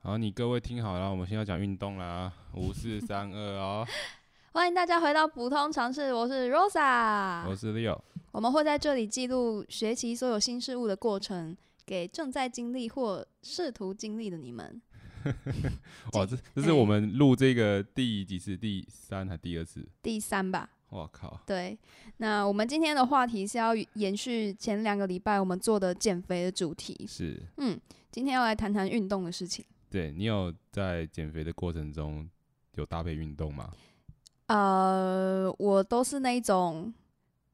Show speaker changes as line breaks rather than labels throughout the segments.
好，你各位听好了，我们现在要讲运动 啦，五四三二哦，
欢迎大家回到普通常识，我是 Rosa，
我是 Leo，
我们会在这里记录学习所有新事物的过程，给正在经历或试图经历的你们。
哇，这这是我们录这个第几次？第三还第二次？
第三吧，
我靠，
对。那我们今天的话题是要延续前两个礼拜我们做的减肥的主题，
是
嗯，今天要来谈谈运动的事情。
对你有在减肥的过程中有搭配运动吗？
呃，我都是那一种，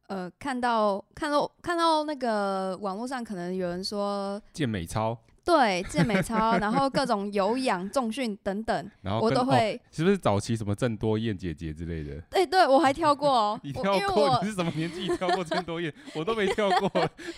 呃，看到看到看到那个网络上可能有人说
健美操，
对，健美操，然后各种有氧、重训等等，
然后
我
跟
都、
哦
会。
是不是早期什么郑多燕姐姐之类的？，
哎、对我还跳过哦
你
我
跳
因为
过？
我
你是什么年纪跳过郑多燕？ 我都没跳 过。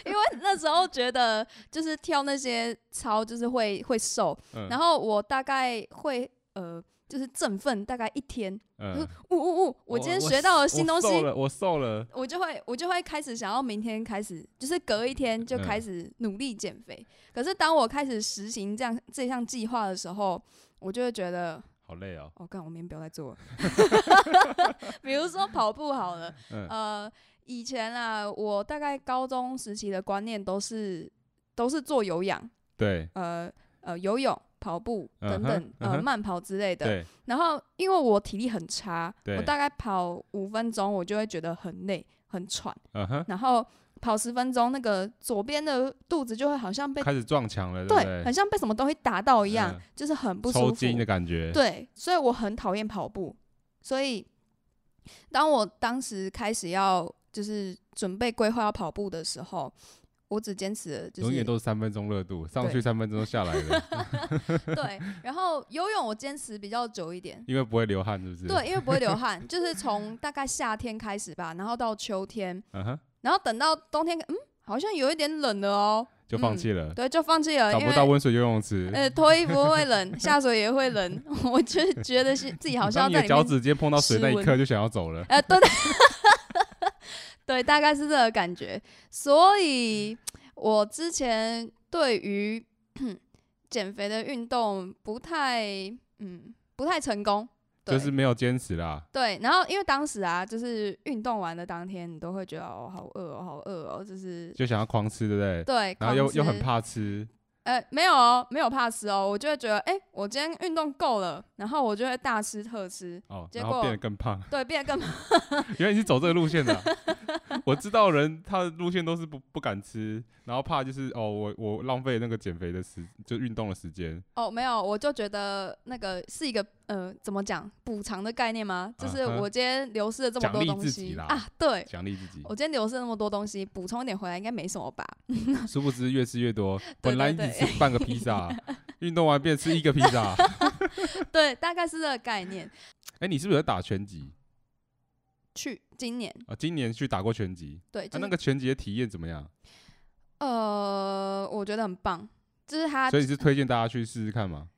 因为那时候觉得就是跳那些操就是会会瘦，
嗯
然后我大概会呃就是振奋大概一天，就是
嗯，
呜呜呜，我今天学到了新东西
我，瘦了，我瘦了。
我就会我就会开始想要明天开始，就是隔一天就
嗯
开始努力减肥。可是当我开始实行这样这项计划的时候，我就会觉得，
好累哦，
哦，干，我明天不要再做了。 比如说跑步好了，
嗯
呃，以前啊，我大概高中时期的观念都是都是做有氧，
对
呃呃，游泳、跑步等
嗯哼
等
嗯
呃，
哼
慢跑之类的。
对，
然后因为我体力很差，我
对
大概跑五分钟，我就会觉得很累、很喘，
嗯哼，
然后跑十分钟，那个左边的肚子就会好像被
开始撞墙了，对不
对，
对？
很像被什么东西打到一样，
嗯
就是很不舒
抽
服。
筋的感觉。
对，所以我很讨厌跑步。所以，当我当时开始要就是准备规划要跑步的时候，我只坚持了就
永远
是
都是三分钟热度，上去
对
三分钟下来 了，
对， 然后游泳我坚持比较久一点。
因为不会流汗，是不是？，
对，因为不会流汗，就是从大概夏天开始吧，然后到秋天，
嗯哼，
然后等到冬天，嗯，好像有一点冷了 哦，
就放弃了，
对，就放弃了，
找
因
不到
为
温水游泳池，
呃脱衣服会冷，下水也会冷， 我就是觉得是自己好
当
像要
你
在
的
里
脚
面
趾尖碰到水那
失
一
温
刻就想要走了。
呃，对对， 对，大概是这个感觉。所
嗯
以我之前对于 减肥的运动不太，嗯，不太成功。对
就是没有坚持啦，
对，然后因为当时啊，就是运动完的当天，你都会觉得哦，好饿哦，好饿哦，就是
就想要狂吃，对不对？
对，
然后
狂
又又
吃
很，怕吃，
呃，没有哦，没有怕吃哦，我就会觉得，哎、我今天运动够了，然后我就会大吃特吃，
哦，
结
然后变
果
得更胖。
对，变得更
原来你是走这个路线 的啊、我知道人他的路线都是不不敢吃，然后怕就是哦，我我浪费那个减肥的时，就运动的时间。
哦，没有，我就觉得那个是一个呃，怎么讲补偿的概念吗？就是
嗯哼
我今天流失了这么
奖
多
励
东
自己
西
啦嗯
啊，对
奖励自己
我，今天流失了那么多东西，补充一点回来应该没什么吧？
殊不知越吃越多。
对
本来
对
你
对
吃半个披萨，啊 运动完变吃一个披萨。啊
对，大概是这个概念。
哎、你是不是有打拳击
去今年
啊？今年去打过拳击，
对，就
啊、
是、
那个拳击的体验怎么样？
呃，我觉得很棒，就是他
所以你是推荐大家去试试看吗？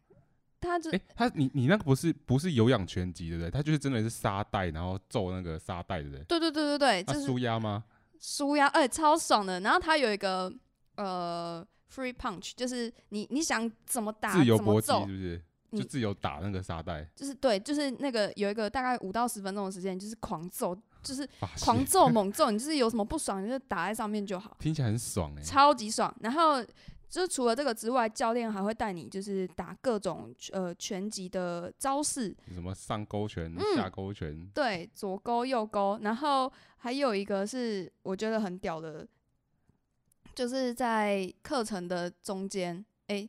他就、
哎、他你你那个不是不是有氧拳击对不对？他就是真的是沙袋，然后揍那个沙袋对不对？
对对对对对，
他
就是
啊舒压吗？
舒压，哎、超爽的。然后他有一个呃 free punch，就是你你想怎么打
自由
怎
搏
么
击是
揍
不，是？
你
就自由打那个沙袋，
就是对，就是那个有一个大概五到十分钟的时间，就是狂揍，就是
发泄
狂揍猛揍，你就是有什么不爽，你就打在上面就好，
听起来很爽哎、
超级爽。然后就是除了这个之外，教练还会带你就是打各种呃拳击的招式，
什么上勾拳、
嗯
下勾拳，
对，左勾右勾。然后还有一个是我觉得很屌的，就是在课程的中间，诶，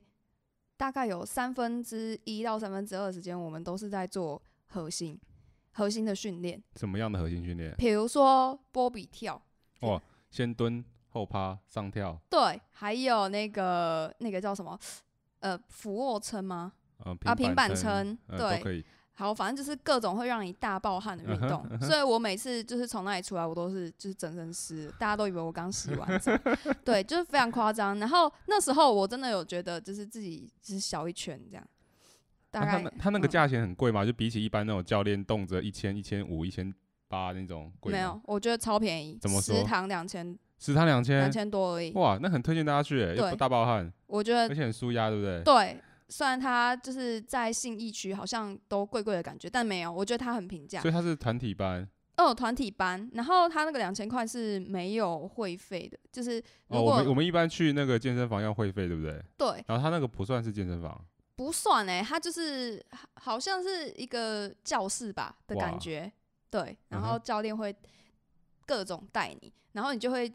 大概有三分之一到三分之二的时间，我们都是在做核心核心的训练。
什么样的核心训练？
比如说波比跳，
先蹲后趴上跳，
对，还有那个那个叫什么，呃，俯卧撑吗？
呃，
啊平板
撑
撑，
呃
对
都可以。
好，反正就是各种会让你大爆汗
嗯
的运动所以我每次就是从那里出来，我都是就是整身湿，大家都以为我刚洗 完澡，对，就是非常夸张。然后那时候我真的有觉得，就是自己就是小一圈这样，大
啊他
概、
那他那个
嗯
价钱很贵嘛？就比起一般那种教练动辄一千、一千五、一千八那种贵吗
没有，，我觉得超便宜，
怎么
食
说
堂两千
食堂两
两
千，
千多而已，
哇，那很推荐大家去、欸，又
对
不大爆汗，
我觉得
而且很舒压，对不对？
对，啊虽然它就是在信义区好像都贵贵的感觉，但没有，我觉得它很平价
所。以它是团体班。
哦，团体班，然后它那个两千块是没有会费的，就是
哦，
如
我
果、
们我们一般去那个健身房要会费，对不对？
对
然后他那个不算是健身房，
不算哎、它就是好像是一个教室吧的
哇
感觉，对，
嗯
然
哼
后教练会各种带你，然后你就会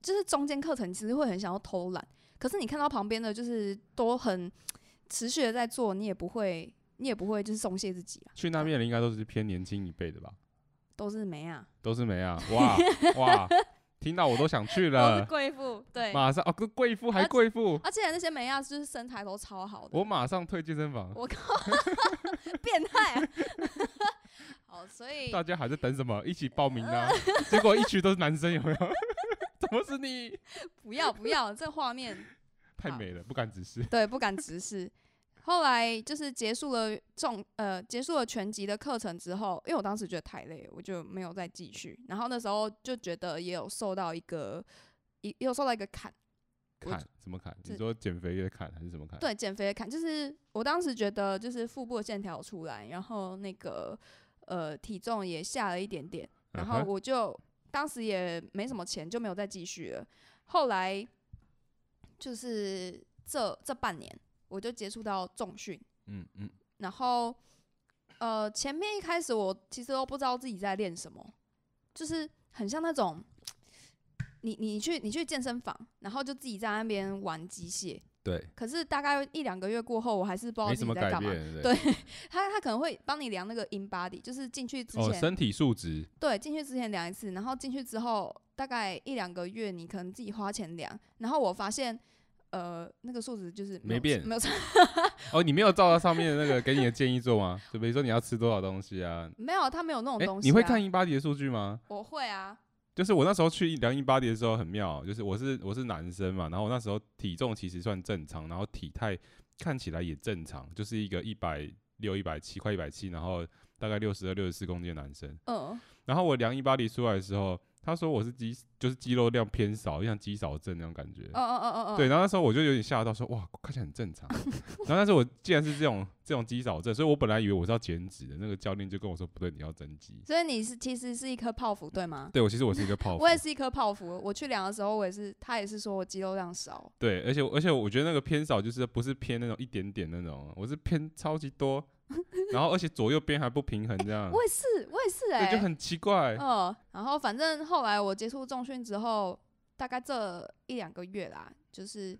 就是中间课程其实会很想要偷懒，可是你看到旁边的就是都很持续的在做，你也不会你也不会就是松懈自己啊，
去那边的应该都是偏年轻一辈的吧？
都是没啊，
都是没啊， 哇哇，听到我都想去
都是
了，
贵啊哦妇，对，
马上哦，跟贵妇还
而
贵妇，
而且那些美亚就是身材都超好的，
我马上退健身房，
我靠，变态、啊！ 好，所以
大家还在等什么？一起报名啊！
呃
结果一群都是男生，有没有？ 怎么是你？
不要不要，这画面
太
好
美了，不敢直视。
对不敢直视。后来就是结束了重呃结束了全集的课程之后，因为我当时觉得太累了，我就没有再继续。然后那时候就觉得也有受到一个也也有受到一个坎，我
砍怎么砍？你
这
说减肥的砍还是什么砍？
对减肥的坎，就是我当时觉得就是腹部的线条出来，然后那个呃体重也下了一点点，然
嗯
后
哼
我就当时也没什么钱，就没有再继续了。后来就是这这半年，我就接触到重训，
嗯嗯，
然后呃前面一开始我其实都不知道自己在练什么，就是很像那种。你你去你去健身房，然后就自己在那边玩机械，
对，
可是大概一两个月过后，我还是不知道
没
自
什
己
么
在
改
干嘛。
变，
对他他可能会帮你量那个 in body，就是进去之
哦，
前，
身体素质
对，进去之前量一次，然后进去之后大概一两个月，你可能自己花钱量，然后我发现，呃，那个数值就是
没
有
变
没有差，
哦，你没有照到上面的那个给你的建议做吗？就比如说你要吃多少东西啊？
没有他没有那种
哎
东西、啊
你会看？一八迪的数据吗？
我会啊，
就是我那时候去量一八迪的时候很妙，就是我是我是男生嘛，然后我那时候体重其实算正常，然后体态看起来也正常，就是一个一百六、一百七、快一百七，然后大概六十二、六十四公斤的男生。
嗯，
然后我量一八迪出来的时候，他说我是肌就是肌肉量偏少，就像肌少症那种感觉。
哦哦哦哦哦，
对，，然后那时候我就有点吓到说哇，看起来很正 常。然后但是我既然是这种这种肌少症，所以我本来以为我是要减脂的，那个教练就跟我说不对，你要增肌。
所以你是其实是一颗泡芙对吗？
对我其实我是一个 泡芙
我。也是一颗泡芙，我去量的时候，我也是，他也是说我肌肉量少，
对，而且我而且我觉得那个偏少就是不是偏那种一点点那种，啊我是偏超级 多，然后而且左右边还不平衡这样，
我也是，我也是、哎，
嗯对，就很奇怪。
嗯，然后反正后来我接触重训之后，大概这一两个月啦，就是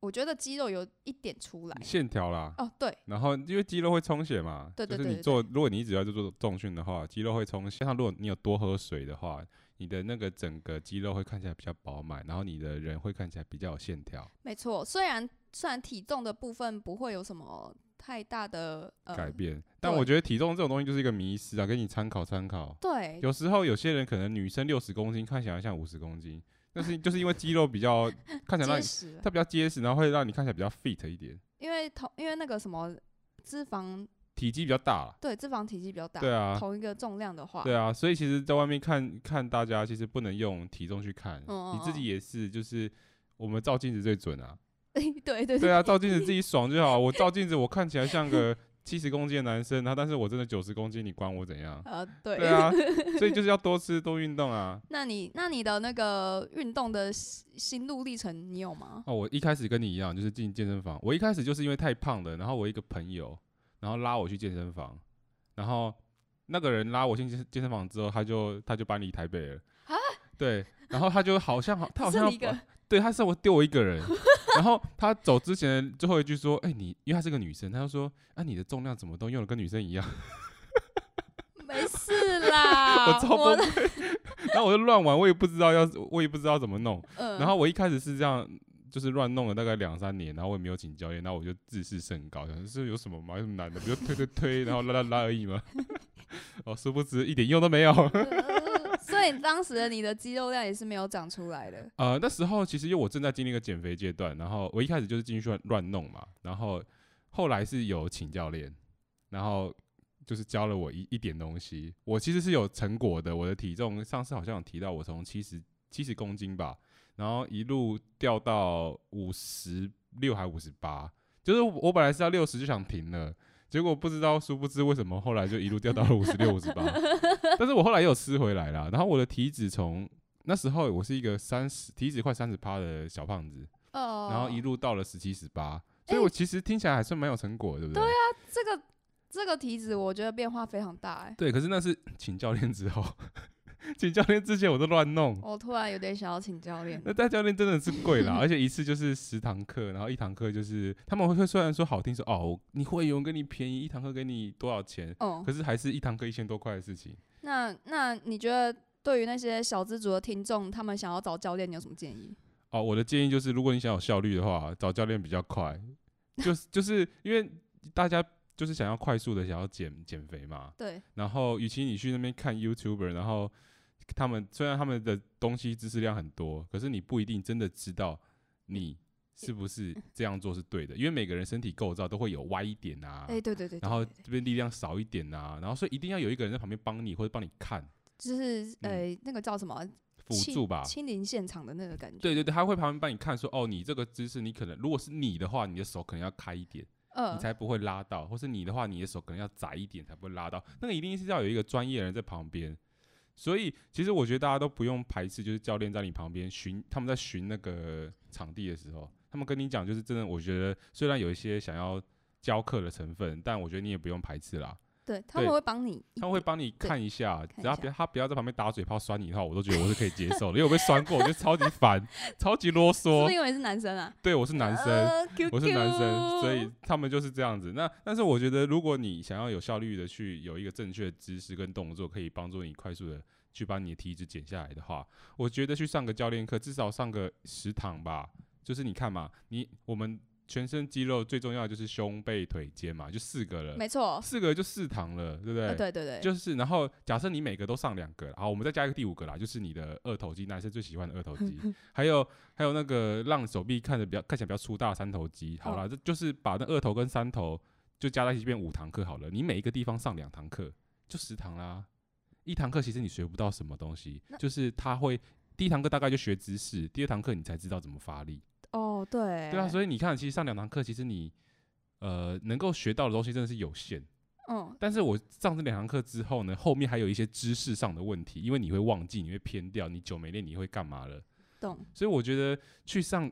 我觉得肌肉有一点出来。
线条啦，
哦，对，
然后因为肌肉会充血嘛，
对对
就
对
是
对
你做，如果你一直要做重训的话，肌肉会充血。像如果你有多喝水的话，你的那个整个肌肉会看起来比较饱满，然后你的人会看起来比较有线条
没错。虽然虽然体重的部分不会有什么太大的呃
改，变。但
对
我觉得体重这种东西就是一个迷失啊，给你参考参考。
对，
有时候有些人可能女生六十公斤看起来像五十公斤，但是就是因为肌肉比 较看起来让
结
你
实了，
它比较结实，然后会让你看起来比较 fit 一点，
因为同因为那个什么脂肪，
体积比较大啦。
对，脂肪体积比较大，
对啊，
同一个重量的话，
对啊，所以其实在外面看看大家，其实不能用体重去看，
嗯嗯
你自己也是，就是我们照镜子最准 啊。
对对对
对啊，照镜子自己爽就好。我照镜子，我看起来像 个七十公斤的男生，然后但是我真的九十公斤，你管我怎样？
呃对。
对啊，所以就是要多吃多运动啊。
那你那你的那个运动的心心路历程，你 有吗？
哦，我一开始跟你一样，就是进健身房。我一开始就是因为太胖了，然后我一个朋友，然后拉我去健身房，然后那个人拉我进健健身房之后，他就他就搬离台北了。 对，然后他就好像好，他好像要
啊是你一个
把对，他是我丢我一个人。然后他走之前最后一句说：“哎、你因为她是个女生，他就说啊，你的重量怎么都用的跟女生一样。
没事啦，
我超
我
崩溃，然后我就乱玩，我也不知道要，我也不知道怎么弄。
嗯
然后我一开始是这样，就是乱弄了大概两三年，然后我也没有请教练，然后我就自视甚高，想说这有什么嘛，有什么难的，不就推推推，然后拉拉拉而已嘛。 哦，殊不知一点用都没有。
呃所以当时的你的肌肉量也是没有长出来的。
呃，那时候其实因为我正在经历一个减肥阶段，然后我一开始就是进去乱乱弄嘛，然后后来是有请教练，然后就是教了我一一点东西，我其实是有成果的。我的体重上次好像有提到，我从七十七十公斤吧，然后一路掉到五十六还五十八，就是我本来是要六十就想停了，结果不知道殊不知为什么后来就一路掉到了五十六、五十八， 但是我后来又有吃回来啦。然后我的体脂从那时候我是一个三十体脂快三十趴的小胖子，
哦，
然后一路到了十七、十八，所以我其实听起来还算蛮有成果的，对不对？对
这个这个体脂，我觉得变化非常大哎、
对，可是那是请教练之后， 请教练之前我都乱弄。
我突然有点想要请教练，
那带教练真的是贵 啦，而且一次就是十堂课，然后一堂课就是他们会虽然说好听说哦，你会游泳跟你便宜，一堂课给你多少钱，
哦，
可是还是一堂课一千多块的事情。
那那你觉得对于那些小资族的听众，他们想要找教练，你有什么建议？
哦，我的建议就是，如果你想有效率的话，找教练比较快，就是就是因为大家就是想要快速的想要减减肥嘛，
对，
然后，与其你去那边看 YouTuber，然后他们虽然他们的东西知识量很多，可是你不一定真的知道你是不
嗯
是这样做是对的，因为每个人身体构造都会有歪一点啊，
哎、对对对对
然后
对对
这边力量少一点啊，然后所以一定要有一个人在旁边帮你或者帮你看
就是
嗯
呃、那个叫什么
辅
亲
助吧。
亲临现场的那个感觉，
对对对，他会旁边帮你看说，哦，你这个姿势，你可能如果是你的话，你的手可能要开一点，
嗯、
你才不会拉到；或是你的话，你的手可能要窄一点才不会拉到。那个一定是要有一个专业人在旁边。所以其实我觉得大家都不用排斥，就是教练在你旁边巡，他们在巡那个场地的时候，他们跟你讲，就是真的，我觉得虽然有一些想要教课的成分，但我觉得你也不用排斥啦。
对，他们
对
会帮你一点，
他们会帮你看一下，
看
只
一
要
下
不要他不要在旁边打嘴炮酸你的话，我都觉得我是可以接受的，因为我被酸过，我就超级烦，超级啰
是不
嗦
是。因为你是男生啊？
对，我是男生，
呃
我是男生，所以
QQ
他们就是这样子。那但是我觉得，如果你想要有效率的去有一个正确的知识跟动作，可以帮助你快速的去把你的体脂减下来的话，我觉得去上个教练课，至少上个十堂吧。就是你看嘛，你我们全身肌肉最重要的就是胸背腿肩嘛，就四个了，
没错，
四个就四堂了，对不对？
呃对对对，
就是，然后假设你每个都上两个，好，我们再加一个第五个啦，就是你的二头肌，男生最喜欢的二头 肌，还有还有那个让手臂看着比较看起来比较粗大的三头肌，好
哦
啦，这就是把那二头跟三头就加在一起变五堂课好了，你每一个地方上两堂课，就十堂啦。一堂课其实你学不到什么东西
那，
就是他会第一堂课大概就学知识，第二堂课你才知道怎么发力。
哦对，
对啊，所以你看，其实上两堂课，其实你呃能够学到的东西真的是有限。
嗯，
但是我上这两堂课之后呢，后面还有一些知识上的问题，因为你会忘记，你会偏掉，你久没练，你会干嘛了？
懂，
所以我觉得去上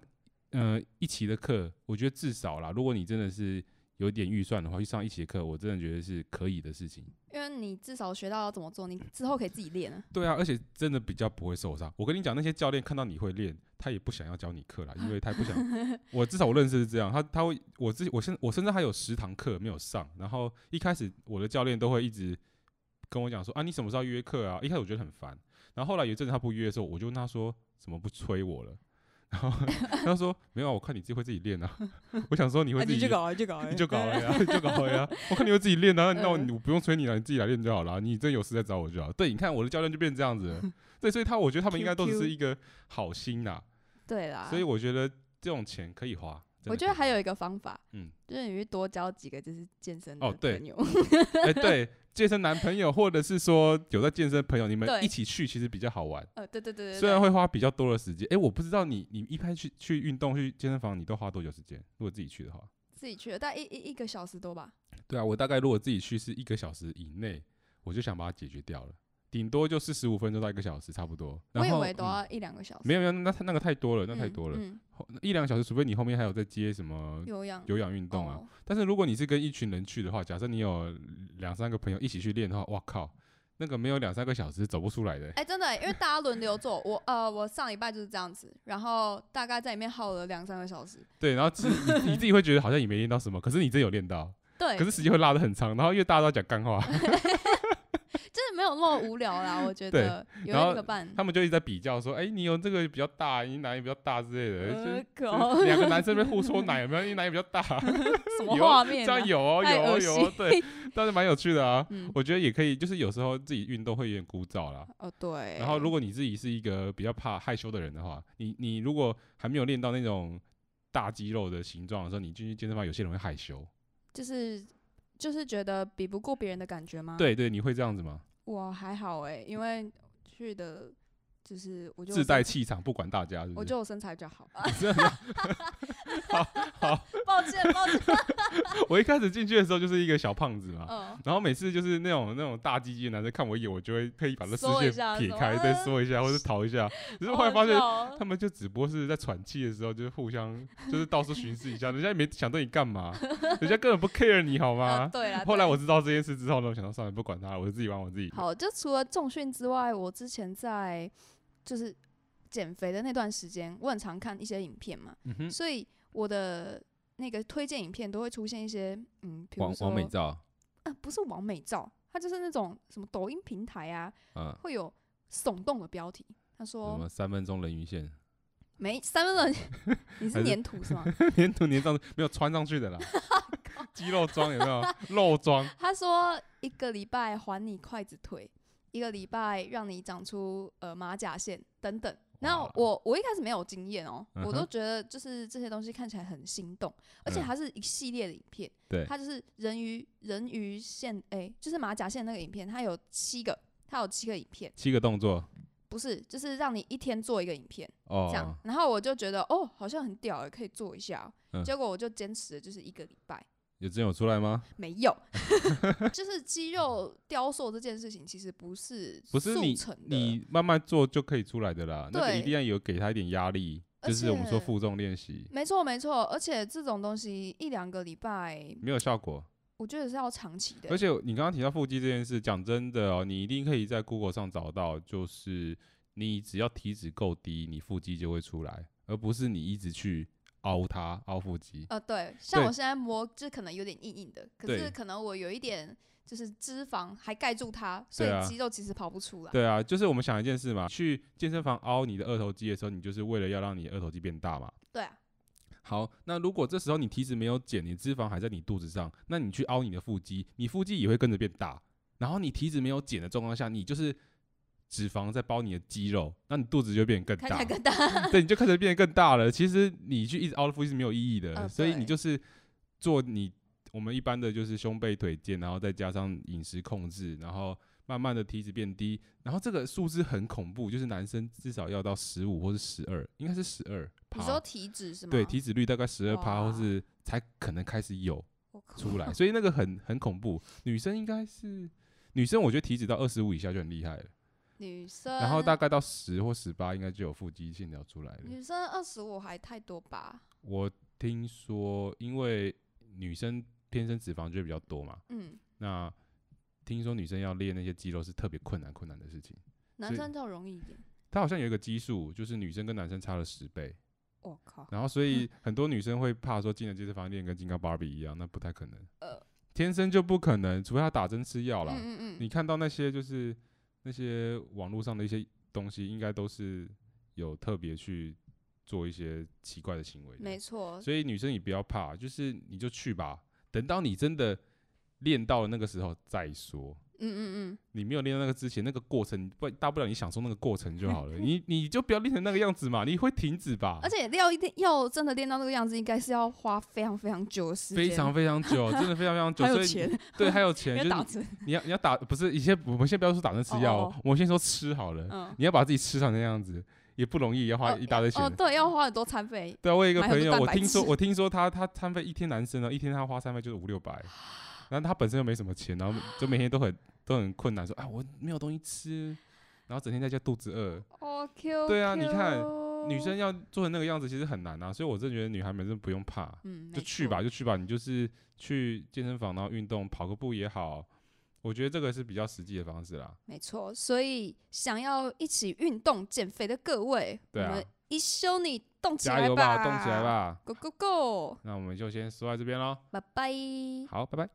呃一期的课，我觉得至少啦，如果你真的是有点预算的话，去上一期的课，我真的觉得是可以的事情。
因为你至少学到要怎么做，你之后可以自己练啊。
对啊，而且真的比较不会受伤。我跟你讲，那些教练看到你会练，他也不想要教你课啦，因为他也不想。我至少我认识是这样，他他会我自己我现我甚至还有十堂课没有上，然后一开始我的教练都会一直跟我讲说啊，你什么时候要约课啊？一开始我觉得很烦，然后后来有一阵子他不约的时候，我就问他说怎么不催我了？然后 他说没有啊，我看你自己会自己练啊。我想说你会自己练啊
搞，啊就 搞
你就搞了呀，你就搞了呀！我看你会自己练啊，那我
哎嗯
你我不用催你了，你自己来练就好了啊。你真有事再找我就好。对，你看我的教练就变这样子 了。对，所以他我觉得他们应该都只
QQ
是一个好心啦，
对啦，
所以我觉得这种钱可以花。真
啊
的
我觉
可
得
以
还有一个方法，
嗯
就是你去多交几个就是健身
哦
的
对
朋友，
花，哎，对，健身男朋友或者是说有在健身的朋友，你们
对
一起去其实比较好玩，
呃，对对对对，
虽然
对
会花比较多的时间。哎，我不知道你你一般去去运动去健身房，你都花多久时间？如果自己去的话，
自己去了，大概一一一个小时多吧。
对啊，我大概如果自己去是一个小时以内，我就想把它解决掉了，顶多就是十五分钟到一个小时差不多。
我
然
以
后
为都
嗯
要一两个小时，
没有没有，那那个太多了，那
啊嗯
太多了，
嗯，
后一两个小时，除非你后面还有在接什么
有氧
有氧运动啊。
哦
但是如果你是跟一群人去的话，假设你有两三个朋友一起去练的话，哇靠，那个没有两三个小时走不出来的、
哎、真的欸、因为大家轮流做，我呃，我上礼拜就是这样子，然后大概在里面耗了两三个小时。
对，然后自己你你自己会觉得好像也没练到什么，可是你真有练到，
对，
可是时间会拉得很长，然后因为大家都在讲干话，
真的没有那么无聊啦，我觉
对
得有
然后
一个伴，
他们就一直在比较说，哎、你有这个比较大，你奶比较大之类的，就是
呃靠，
两个男生被互搓奶，有没有？你奶比较大，
什么
有
画
这
面、啊？
样有哦，
太
有哦，
恶
有
心
哦，对，倒是蛮有趣的啊。
嗯，
我觉得也可以，就是有时候自己运动会有点枯燥啦。
哦对。
然后，如
果
果你自己是一个比较怕害羞的人的话，你你如果还没有练到那种大肌肉的形状的时候，你进去健身房，有些人会害羞。
就是就是觉得比不过别人的感觉吗？，
对对，你会这样子吗？
我还好哎、因为去的就是我就
自带气场，不管大家是不
我
是？
觉得我身材比较好，
这样子啊
抱歉，抱歉，
我一开始进去的时候就是一个小胖子嘛，
嗯，
然后每次就是那种那种大鸡鸡的男生看我一眼，我就会刻意把那视
缩一
线
下
撇
什么
开，对，
呃
缩一下或者逃一 下。可是
好
后来
好
发现
笑， 哦
他们就只不过是在喘气的时候，就是互相就是到处巡视一下，人家也没想对你干 嘛，人家根本不 care 你好
呃
吗？
对啦，
后来
对
我知道这件事之后呢，我想到算了，不管他了，我就自己玩我自己的。
好，就除了重训之外，我之前在就是减肥的那段时间，我很常看一些影片嘛，
嗯哼，
所以我的那个推荐影片都会出现一些嗯，比如
王
说
王美照，
呃，不是完美照，它就是那种什么抖音平台啊，
嗯，
会有耸动的标题。他
什
说
么三分钟人鱼 线，
没三分钟，
还
你是
是
粘土是吗？
粘土粘上去没有穿上去 的啦，
哦
肌肉装有没有？肉装
他说一个礼拜还你筷子腿，一个礼拜让你长出呃马甲线等等。然后
哇
我我一开始没有经验哦、
嗯哼
我都觉得就是这些东西看起来很心动，而且
嗯
它是一系列的影片，
对
它就是人鱼人鱼线哎、就是马甲线那个影片，它有七个，它有七个影片，
七个动作
不是就是让你一天做一个影片。这样
哦，，
然后我就觉得哦，好像很屌欸，可以做一下哦、
嗯
结果我就坚持了，就是一个礼拜
有真有出来吗？
没有， 就是肌肉雕塑这件事情其实不是
不是你
速成的，
你慢慢做就可以出来的啦。那个一
对
定要有给他一点压力，
而
就是我们说
且
负重练习
没错没错，而且这种东西一两个礼拜，
没有效果。
我觉得是要长期的
而，且你刚刚提到腹肌这件事，讲真的哦，你一定可以在 Google 上找到，就是你只要体脂够低，你腹肌就会出来，而不是你一直去凹它凹腹肌。
呃对，像
对
我现在摸就可能有点硬硬的，可
对
是可能我有一点就是脂肪还盖住它，所
对啊
以肌肉其实跑不出来，
对啊，就是我们想一件事嘛，去健身房凹你的二头肌的时候，你就是为了要让你的二头肌变大嘛。
对啊，
好，那如果这时候你体脂没有减，你脂肪还在你肚子上，那你去凹你的腹肌，你腹肌也会跟着变大。然后你体脂没有减的状况下，你就是脂肪在包你的肌肉，那你肚子就变更
看
大
起
嗯
来，更大，
对，你就开始变得更大了。其实你去一直凹的腹肌是没有意义的，
呃
所以你
对
就是做你我们一般的就是胸背腿肩，然后再加上饮食控制，然后慢慢的体脂变低，然后这个数字很恐怖，就是男生至少要到十五或是十二，应该是十二。
你说体脂是吗？
对，体脂率大概十二趴，或
哇
是才可能开始 有
我靠
出来，所以那个很很恐怖。女生应该是女生，我觉得体脂到二十五以下就很厉害了，
女生，
然后大概到十或十八，应该就有腹肌线条出来了。
女生二十五还太多吧？
我听说，因为女生天生脂肪就会比较多嘛，
嗯，
那听说女生要练那些肌肉是特别困难困难的事情。
男
所以
生较容易一点。
它好像有一个基数，就是女生跟男生差了十倍，嗯
我靠，
然后所 以很多女生会怕说进了健身房练跟金刚芭比一样，那不太可能。
呃，
天生就不可能，除非他打针吃药
嗯
啦。
嗯
你
嗯，
看到那些就是那些网络上的一些东西，应该都是有特别去做一些奇怪的行为的。
没错，
所以女生也不要怕，就是你就去吧，等到你真的练到了那个时候再说。
嗯嗯嗯，
你没有练到那个之前，那个过程不大不了你享受那个过程就好 了。你你就不要练成那个样子嘛，你会停止吧
而？且要一定要真的练到那个样子，应该是要花非常非常久的时间，
非常非常久，真的非常非常久。
还有
所以
钱，
对，还有钱，就
因为
是
打针，
你要你要打不是以前我们先不要说打针吃药哦，
哦哦
我们先说吃好了。
嗯，
你要把自己吃成那样子也不容易，要 花
哦
一大堆钱。
哦，对，要花很多餐费，
对啊，我有一个
买很
朋
多
友，
蛋
我
白
听说
质
我听说他他餐费一天男生呢，一天他花餐费就是五六百，然后他本身又没什么钱，然后就每天都很都很困难，说啊我没有东西吃，然后整天在家肚子饿。
哦 Q，
对啊你看
哦
女生，要做成那个样子其实很难啊，所以我真的觉得女孩们真的不用怕。
嗯，没
就去
错
吧，，就去吧。你就是去健身房，然后运动，跑个步也好，我觉得这个是比较实际的方式啦。
没错，所以想要一起运动减肥的各位，
对啊
我们一休你动起
加
来
油吧，动起来吧！
，Go Go Go，
那我们就先说到这边喽，
拜拜。
好，拜拜。